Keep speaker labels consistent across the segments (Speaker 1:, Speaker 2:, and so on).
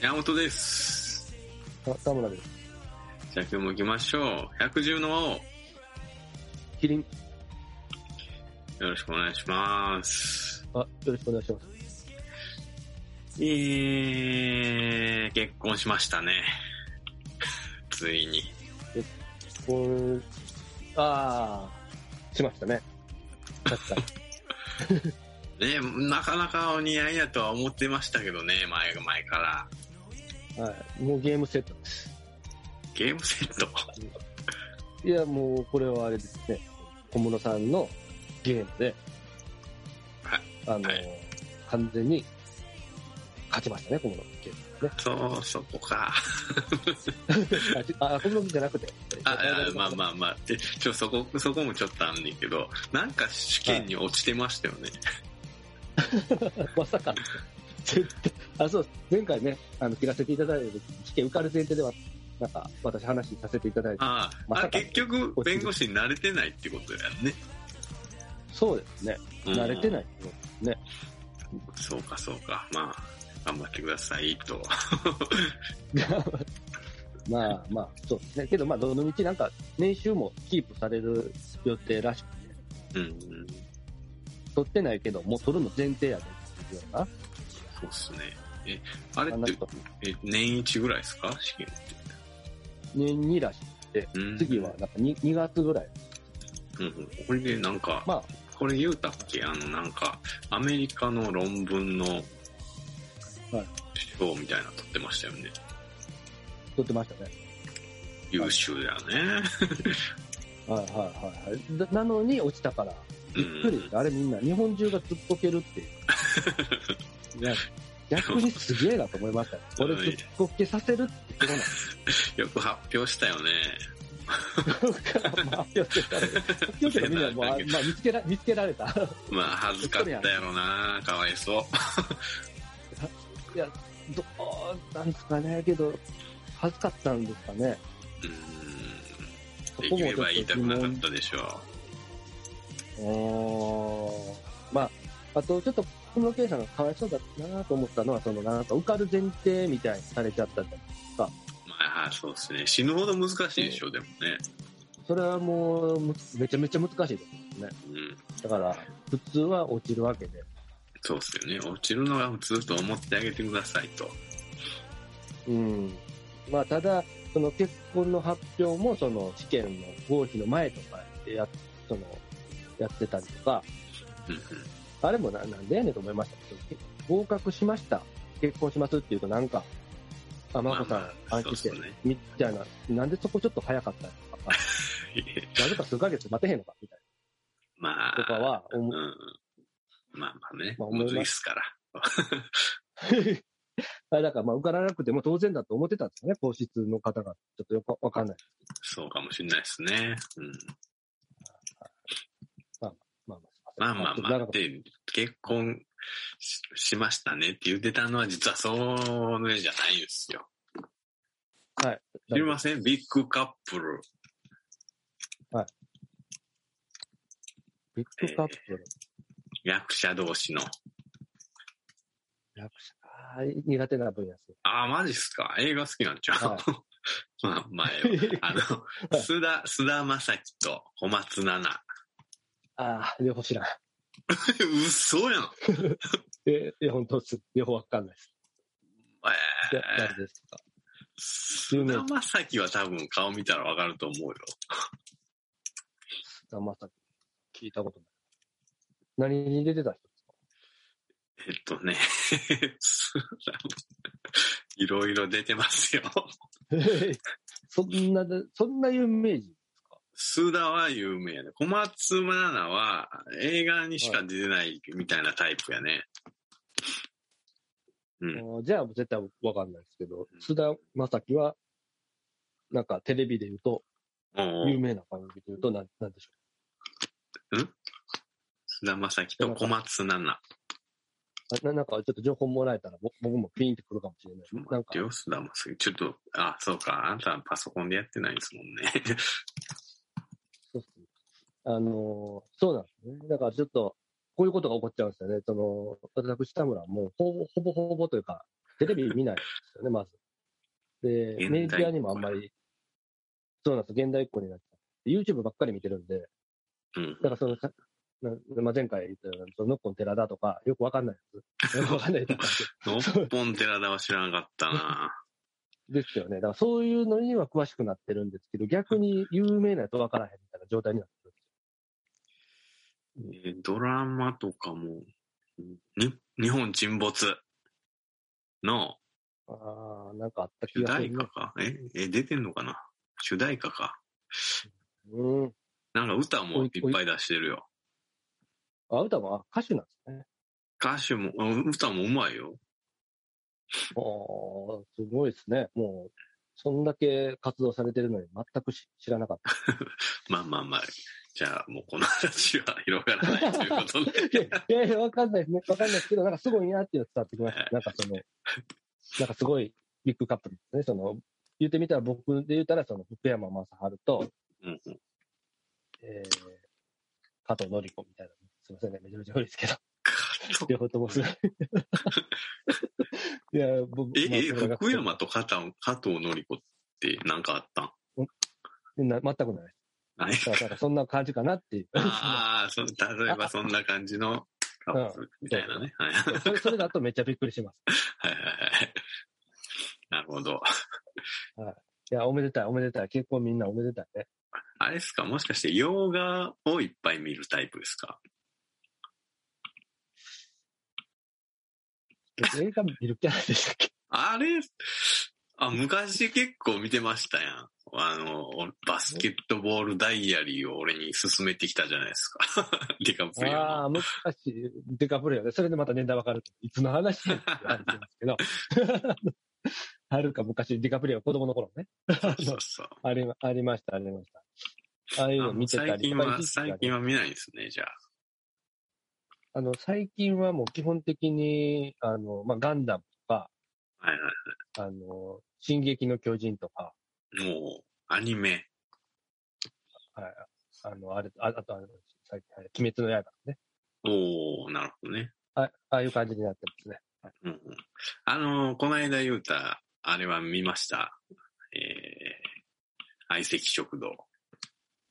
Speaker 1: 宮本です。
Speaker 2: た田村です。
Speaker 1: じゃあ今日も行きましょう。百獣の輪を
Speaker 2: キリン。
Speaker 1: よろしくお願いします。
Speaker 2: あ、よろしくお願いします。
Speaker 1: えー、結婚しましたね。ついに。
Speaker 2: こう、ああ、しましたね。確かに。
Speaker 1: ね、なかなかお似合いやとは思ってましたけどね、前が前から。
Speaker 2: はい。もうゲームセットです。
Speaker 1: ゲームセット。
Speaker 2: いや、もうこれはあれですね。小室さんのゲームで、
Speaker 1: はい。
Speaker 2: あの、
Speaker 1: はい
Speaker 2: 完全に勝ちましたね、小室のゲーム。
Speaker 1: そう、そこか。
Speaker 2: 勝 ちあ、小室じゃなくて。
Speaker 1: あ、あまあまあまあ。で、ちょ、そこ、そこもちょっとあんねんけど、なんか試験に落ちてましたよね。
Speaker 2: あ。 まさかの。絶対、あ、そう、前回ね、あの、切らせていただいた時、試験受かる前提では、なんか、私話させていただいて、
Speaker 1: あ
Speaker 2: ま
Speaker 1: あ
Speaker 2: さか
Speaker 1: 結局、弁護士に慣れてないってことやね。
Speaker 2: そうですね。
Speaker 1: うん
Speaker 2: 慣れてない。ね。
Speaker 1: そうか、そうか。まあ、頑張ってください、と。
Speaker 2: まあまあ、そうですね。けど、まあ、どの道なんか、年収もキープされる予定らしく、
Speaker 1: うん、
Speaker 2: 取ってないけど、もう取るの前提やで、っていうような。
Speaker 1: そうっすね。え、あれ
Speaker 2: あ
Speaker 1: っ
Speaker 2: の
Speaker 1: て
Speaker 2: 人、
Speaker 1: え年一ぐらいですか試験って。
Speaker 2: 年2らしく、
Speaker 1: うん、
Speaker 2: 次は、なんか 2, 2月ぐらい。
Speaker 1: うんうん、これでなんか、
Speaker 2: ま
Speaker 1: これ言うたっけあの、なんか、アメリカの論文の、賞みたいなの取ってましたよね。
Speaker 2: 取ってましたね。
Speaker 1: 優秀だよね。
Speaker 2: はいはいはいはいだ。なのに落ちたから、
Speaker 1: う
Speaker 2: びっくり
Speaker 1: ん
Speaker 2: し。た。あれみんな、日本中が突っこけるっていう。いや逆にすげえなと思いましたね。これ突っこけさせるってことなの
Speaker 1: よく発表したよね。
Speaker 2: まあ、発表してたら、発表してたらみんなもう、あまあ、見つけら、見つけられた。
Speaker 1: まあ、恥ずかったやろな。かわいそ
Speaker 2: いや、どうなんですかね、けど、恥ずかったんですかね。
Speaker 1: う。うん。
Speaker 2: そ
Speaker 1: で
Speaker 2: こも
Speaker 1: き
Speaker 2: ちょ
Speaker 1: れ
Speaker 2: っと
Speaker 1: ば言いたくなかったでしょ
Speaker 2: 疑問うんまあ、あと、ちょっと、小室圭さんがかわいそうだったなと思ったのは、その、なんか、受かる前提みたいにされちゃったんで
Speaker 1: う。まあ、そうですね。死ぬほど難しいでしょ、でもね。
Speaker 2: それはもう、むめちゃめちゃ難しいですね。
Speaker 1: うん。
Speaker 2: だから、普通は落ちるわけで。
Speaker 1: そうっすよね。落ちるのが普通と思ってあげてくださいと。
Speaker 2: うん。まあ、ただ、その結婚の発表も、その試験の合否の前とかでや、その、やってたりとか、
Speaker 1: うんうん。
Speaker 2: あれもななんでやねんと思いましたけど、合格しました、結婚しますっていうと、なんか、あ、まこさん、安
Speaker 1: そう
Speaker 2: 心
Speaker 1: っ
Speaker 2: し
Speaker 1: す
Speaker 2: て
Speaker 1: よ、ね。
Speaker 2: みたいな、なんでそこちょっと早かったのとか、なぜか数ヶ月待てへんのか、みたい
Speaker 1: まあ。
Speaker 2: な、とかは
Speaker 1: う
Speaker 2: 思
Speaker 1: ん
Speaker 2: う。。
Speaker 1: まあまあね。
Speaker 2: まあ
Speaker 1: むずいっすから。
Speaker 2: あれだから、まあ、受からなくても当然だと思ってたんですよね、皇室の方が。ちょっとよくわかんない。
Speaker 1: そうかもしれないですね。うん。
Speaker 2: まあ
Speaker 1: まあまあまあ。
Speaker 2: 長く
Speaker 1: で、結婚ししましたねって言ってたのは実はそうねじゃないんですよ。
Speaker 2: はい。
Speaker 1: 知りませんビッグカップル。
Speaker 2: ビッグカップル。
Speaker 1: 役者同士の。
Speaker 2: 役者あー苦手な分野ですね。
Speaker 1: ああ、マジっすか。映画好きなんちゃう、
Speaker 2: は
Speaker 1: まあ、前は。 あの、須田、須田正樹と小松菜奈。
Speaker 2: ああ、両方知らん。
Speaker 1: 嘘やん。
Speaker 2: え、いや本当です。両方わかんないです。
Speaker 1: え
Speaker 2: いや誰ですか。
Speaker 1: ー、須田正樹は多分顔見たらわかると思うよ。
Speaker 2: あんまさ聞いたことない。何に出てた人ですか
Speaker 1: えっとね、 須田いろいろ出てますよ。
Speaker 2: へへ そんなで、そんな有名人。
Speaker 1: 須田は有名やね。小松菜奈は映画にしか出てないみたいなタイプやね。うん。
Speaker 2: あーじゃあ絶対わかんないですけど、須田正樹は、なんかテレビで言うと、
Speaker 1: おう
Speaker 2: 有名な番組で言うと、なんなんでしょ
Speaker 1: 須田正樹と小松菜奈。
Speaker 2: う。あななんかちょっと情報もらえたら、ぼ僕もピンってくるかもしれない。
Speaker 1: 待
Speaker 2: なん
Speaker 1: って
Speaker 2: か、
Speaker 1: よ、須田まさき。ちょっと、あ、そうか。あんたはパソコンでやってないですもんね。
Speaker 2: そうっすねあのーそうなんですね。だからちょっと、こういうことが起こっちゃうんですよね。その、私、田村はもうほぼ、ほぼほぼというか、テレビ見ないんですよね、まず。で、
Speaker 1: 現代っ子
Speaker 2: メディアにもあんまり、そうなんです、現代っ子になっちゃって、YouTube ばっかり見てるんで、
Speaker 1: うん。
Speaker 2: だからその さ、なまあ、前回言ったような、そのノッコン寺だとか、よくわかんないやつ。よくわかんないやつなん
Speaker 1: のっぽん寺田は知らなかったな。
Speaker 2: でですよね。だからそういうのには詳しくなってるんですけど、逆に有名なやつわからへんみたいな状態になってる。
Speaker 1: えードラマとかも、に日本沈没の
Speaker 2: ああ、なんかあった気
Speaker 1: 主
Speaker 2: がす
Speaker 1: 題
Speaker 2: る、ね
Speaker 1: 歌。か。え、え、出てんのかな主題歌か。
Speaker 2: うん。
Speaker 1: なんか歌もいっぱい出してるよ。
Speaker 2: あ、歌もあ歌手なんですね。
Speaker 1: 歌手も、うん歌もうまいよ。
Speaker 2: ああ、すごいですね。もう、そんだけ活動されてるのに全くし知らなかった。
Speaker 1: まあまあまあ。じゃあもうこの話は広がらないということ で。
Speaker 2: いやいやいや、わかんないですね。わかんないですけど、なんかすごいなっていうの伝わってきました。なんかその、なんかすごいビッグカップルですね。その、言ってみたら僕で言ったら、その福山雅治と、
Speaker 1: うんうん
Speaker 2: えー、加藤紀子みたいな。すいませんね。めちゃめちゃ古いですけど。
Speaker 1: 加藤
Speaker 2: 両方とも すごい。いや、僕、
Speaker 1: え、
Speaker 2: まあ
Speaker 1: え、
Speaker 2: それが
Speaker 1: 福山と加藤、加藤のり子ってなんかあったん
Speaker 2: な全くない
Speaker 1: ない
Speaker 2: です。だからなんかそんな感じかなっていう。
Speaker 1: ああ、そ例えばそんな感じのカップルみたいなね。はいはい
Speaker 2: それそれだとめっちゃびっくりします。
Speaker 1: はいはい。なるほど。
Speaker 2: いや、おめでたい、おめでたい。結構みんなおめでたいね。
Speaker 1: あれですかもしかして洋画をいっぱい見るタイプですか
Speaker 2: 映画見る気ないでしたっけ
Speaker 1: あれあ、昔結構見てましたやん。あの、バスケットボールダイアリーを俺に勧めてきたじゃないですか。 ディカプリオ
Speaker 2: あ
Speaker 1: の。
Speaker 2: あ、昔、デカプレイよね。それでまた年代わかる。いつの話って話なんですけど。 はるか昔、ディカプレイは子供の頃ね。
Speaker 1: そうそう。
Speaker 2: ありありました、ありました。ああいう
Speaker 1: あも
Speaker 2: の
Speaker 1: う
Speaker 2: 見てた
Speaker 1: 最
Speaker 2: り
Speaker 1: 近
Speaker 2: とか
Speaker 1: は、最近
Speaker 2: は。
Speaker 1: は見ないんですね、じゃあ。
Speaker 2: あの、最近はもう基本的に、あの、まあ、ガンダムとか、
Speaker 1: はいは
Speaker 2: あの、進撃の巨人とか、
Speaker 1: い。もう、アニメ。
Speaker 2: はい、あの、あれ、ああとあれ、最近、はい鬼滅の刃ね。
Speaker 1: おおなるほどね。
Speaker 2: あああいう感じになってますね。
Speaker 1: うんうん、あの、この間言うた、あれは見ました。えー、相席食堂。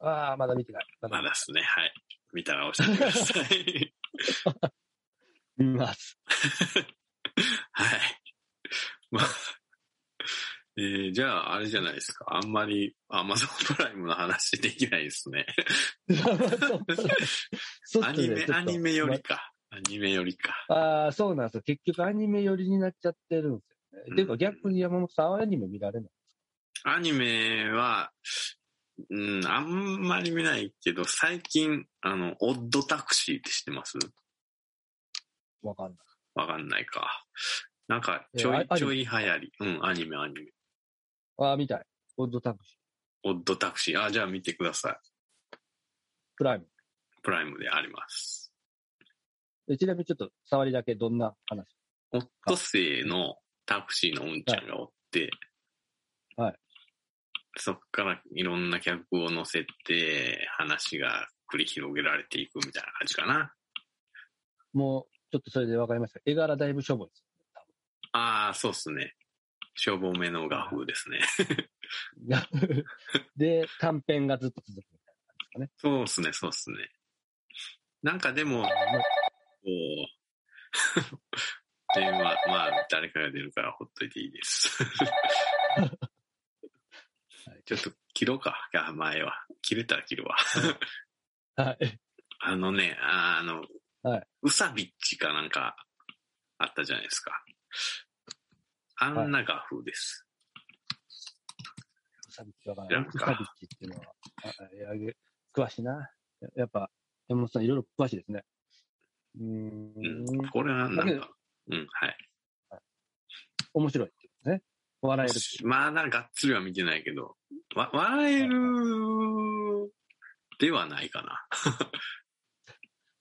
Speaker 2: ああ、まだ見てない。まだ
Speaker 1: まだですね。はい。見たら教えてください。
Speaker 2: 見ます。
Speaker 1: はい。まあ、えー、じゃあ、あれじゃないですか。あんまり、アマゾンプライムの話できないです ね。アニメ、アニメよりか。アニメよりか。
Speaker 2: ああー、そうなんですよ。結局アニメ寄りになっちゃってるんですよね。
Speaker 1: うん
Speaker 2: ていうか逆に山本さんはアニメ見られない。
Speaker 1: アニメは、うん、あんまり見ないけど、最近、あの、オッドタクシーって知ってます
Speaker 2: わかんない。
Speaker 1: わかんないか。なんか、ちょ
Speaker 2: え
Speaker 1: い
Speaker 2: あ
Speaker 1: ちょい流行り。うん、アニメ、アニメ。
Speaker 2: ああ、見たい。オッドタクシー。
Speaker 1: オッドタクシー。あ、じゃあ見てください。
Speaker 2: プライム。
Speaker 1: プライムであります。
Speaker 2: でちなみにちょっと触りだけどんな話
Speaker 1: オットセイのタクシーのうんちゃんがおって、
Speaker 2: はい。
Speaker 1: そっからいろんな客を乗せて、話が繰り広げられていくみたいな感じかな。
Speaker 2: もう、ちょっとそれでわかりました。絵柄だいぶしょぼいです。
Speaker 1: ああ、そうっすね。しょぼめの画風ですね。
Speaker 2: で、短編がずっと続くみたい
Speaker 1: そうっすね、そうっすね。なんかでも、こう、 電話、まあ、誰かが出るからほっといていいです。ちょっと切ろうか、いや前は。切れたら切るわ。
Speaker 2: な。はい。
Speaker 1: あのね、ああの、
Speaker 2: はいう
Speaker 1: さびっちかなんかあったじゃないですか。あんな画風です。
Speaker 2: ウサビッチわからない。
Speaker 1: 知
Speaker 2: ウ
Speaker 1: らんか
Speaker 2: サビッチっていうのは、ああいや詳しいな。ややっぱ、山本さんいろいろ詳しいですね。うーん
Speaker 1: うん、これはな
Speaker 2: だけ
Speaker 1: ん
Speaker 2: ど
Speaker 1: か、うん、はい。
Speaker 2: 面白いっていうね。笑えるっていう。
Speaker 1: まあ、なんかがっつりは見てないけど、わ、笑えるではないかな。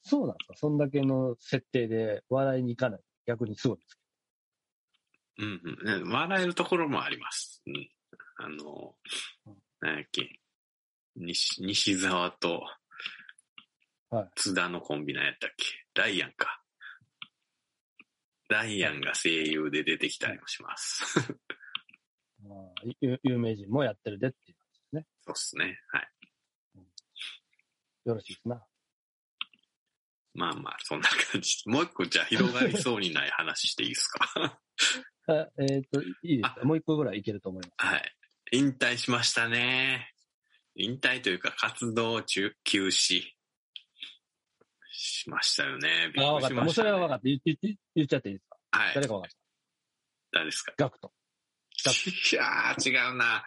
Speaker 2: そうなんですかそんだけの設定で笑いに行かない。逆にすごいです。
Speaker 1: うんうんね。笑えるところもあります。うん。あの
Speaker 2: うん、
Speaker 1: なんやっけ、西、西沢と
Speaker 2: はい、
Speaker 1: 津田のコンビなんやったっけ、ライアンか。ライアンが声優で出てきたりもします。 そう
Speaker 2: まあゆ有名人もやってるでっていう感じですね。
Speaker 1: っすね。はい。
Speaker 2: よろしいですな。
Speaker 1: まあまあ、そんな感じ。もう一個、じゃあ広がりそうにない話していいですか
Speaker 2: あえっ、と、いいですかもう一個ぐらいいけると思います。
Speaker 1: はい。引退しましたね。引退というか、活動中、休止。しましたよね。び
Speaker 2: あ、
Speaker 1: っくり
Speaker 2: わか
Speaker 1: し
Speaker 2: っ。
Speaker 1: たま
Speaker 2: もう
Speaker 1: し
Speaker 2: そ
Speaker 1: た、ね。
Speaker 2: れはわかった。言って言って言っちゃっていいですか
Speaker 1: はい。
Speaker 2: 誰かわかっ
Speaker 1: 誰ですか
Speaker 2: た。ガクト。だっ
Speaker 1: いやー、違うな。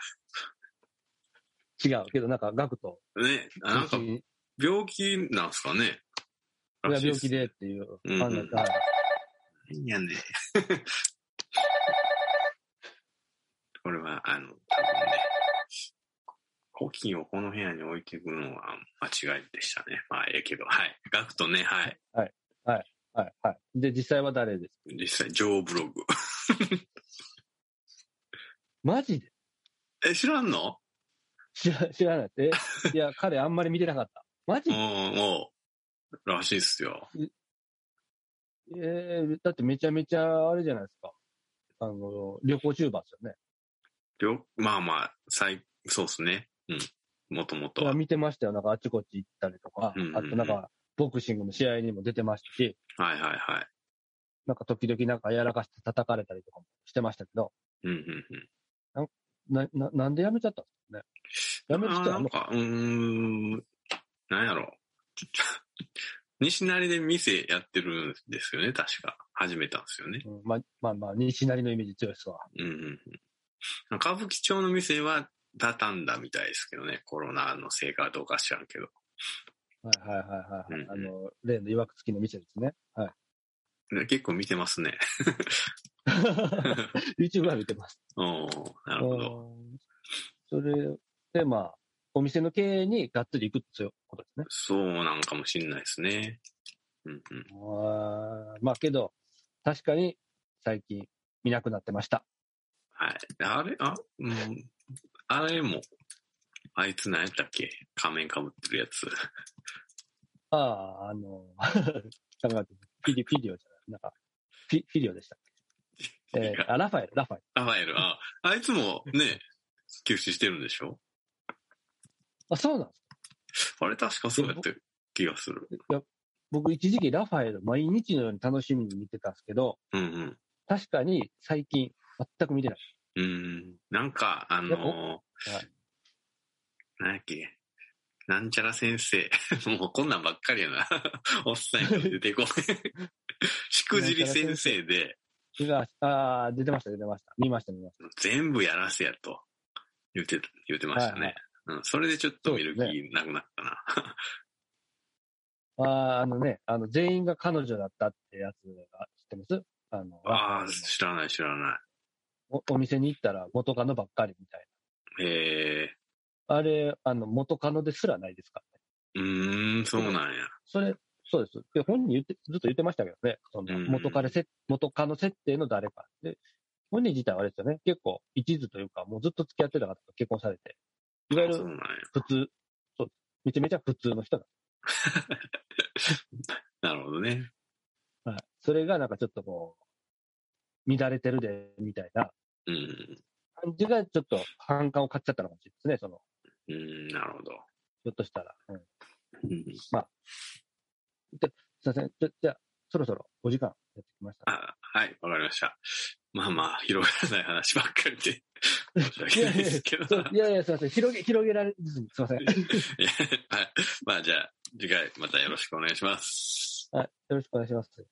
Speaker 2: 違うけど、なんかガクト。
Speaker 1: ね、あなんか
Speaker 2: い
Speaker 1: 病気なんですかね。
Speaker 2: や、
Speaker 1: らしい
Speaker 2: 病
Speaker 1: っす
Speaker 2: 気。でっていう
Speaker 1: うん
Speaker 2: 判断。はい
Speaker 1: いやね。 これは、あの、多分ね、コキをこの部屋に置いていくのは間違いでしたね。まあ、ええけど、はい。ガクトね、はい。
Speaker 2: はい、はい。で、実際は誰ですか
Speaker 1: 実際、ジョーブログ。
Speaker 2: マジで
Speaker 1: え、知らんの
Speaker 2: 知ら知らない。え、 いや、彼あんまり見てなかった。マジ
Speaker 1: う
Speaker 2: で
Speaker 1: ん、もう、らしいっすよ。
Speaker 2: えーだってめちゃめちゃあれじゃないですか。あの、旅行チューバーですよね。
Speaker 1: りょまあまあ、最、そうっすね。うん。もともと
Speaker 2: いや
Speaker 1: は。
Speaker 2: 見てましたよ。なんかあちこち行ったりとか、
Speaker 1: うんうんうん
Speaker 2: あとなんかボクシングの試合にも出てましたし、
Speaker 1: はいはいはい。
Speaker 2: なんか時々なんかやらかして叩かれたりとかもしてましたけど、
Speaker 1: うんうんうん。
Speaker 2: な、な、なんで辞めちゃったんですかね。辞め
Speaker 1: あ
Speaker 2: て
Speaker 1: ー
Speaker 2: きた
Speaker 1: なん
Speaker 2: の
Speaker 1: か、うーん、なんやろ ちょ西成で店やってるんですよね、確か。始めたんですよね。
Speaker 2: うん、まあまあまあ、西成のイメージ強いですわ。
Speaker 1: うんうんうん。歌舞伎町の店は畳んだみたいですけどね、コロナのせいかどうか知らんけど。
Speaker 2: はいはいはいはい。
Speaker 1: うんうん
Speaker 2: あの、例の曰くつきの店ですね。は い。
Speaker 1: で結構見てますね。
Speaker 2: YouTube は見てます。
Speaker 1: おーなるほど。
Speaker 2: うんそれで、まあ、お店の経営にがっつり行くっていうことですね。
Speaker 1: そうなんかもしんないですね。うんうん。
Speaker 2: あーまあけど、確かに最近見なくなってました。
Speaker 1: はい。あれ、あ、うん。あれも、あいつ何やったっけ仮面かぶってるやつ。
Speaker 2: ああ、あの、 ダメだフィリフィリオじゃない、なんか、フィフィリオでしたっけ。えーあラファエル、ラファエル。
Speaker 1: ラファエル、あ、あいつもね、休止してるんでしょ
Speaker 2: あ、そうなんですか
Speaker 1: あれ確かそうやって気がする。
Speaker 2: いや僕、一時期ラファエル毎日のように楽しみに見てたんですけど、
Speaker 1: うんうん。
Speaker 2: 確かに最近全く見てない。
Speaker 1: うん。なんか、あ
Speaker 2: やっぱ
Speaker 1: のー、なんやっけ、なんちゃら先生。 もうこんなんばっかりやな。 おっさんやから出て こへん。しくじり先生で、
Speaker 2: うわあー出てました、出てました。見ました、見まし
Speaker 1: 全部やらせやと、言って、言ってましたね。
Speaker 2: はい
Speaker 1: うん、それでちょっと見る
Speaker 2: そうで
Speaker 1: 気なくなった な。
Speaker 2: た。あーあのね、あの、全員が彼女だったってやつが知ってますあの、
Speaker 1: あ
Speaker 2: ラファエ
Speaker 1: あ、
Speaker 2: ルの
Speaker 1: 知らない知らない。
Speaker 2: おお店に行ったら元カノばっかりみたい
Speaker 1: え
Speaker 2: な。あれ、あの、元カノですらないですからね。
Speaker 1: ー、うーん、そうなんや。
Speaker 2: それ、そうです。で本人言って、ずっと言ってましたけどね。その
Speaker 1: うん
Speaker 2: 元カレせ、元カノ設定の誰か。で、本人自体はあれですよね。結構、一途というか、もうずっと付き合ってた方と結婚されて。いわゆ
Speaker 1: そう
Speaker 2: る
Speaker 1: なんや。
Speaker 2: 普通、そうめちゃめちゃ普通の人だ。
Speaker 1: なるほどね。
Speaker 2: はい。それがなんかちょっとこう、乱れてるで、みたいな
Speaker 1: うん。
Speaker 2: 感じが、ちょっと反感を買っちゃったのかもしれないですね。その、
Speaker 1: うん、なるほど。
Speaker 2: ひょっとしたら。うん。す
Speaker 1: うん
Speaker 2: いません。じゃ、じゃあそろそろお時間やってきました。
Speaker 1: あはい、わかりました。まあまあ、広がらない話ばっかり で、申し訳ないですけど。
Speaker 2: そういやいや、すいません。広げ、広げられずに、すいません。
Speaker 1: いやはいまあじゃあ、次回またよろしくお願いします。
Speaker 2: はい。よろしくお願いします。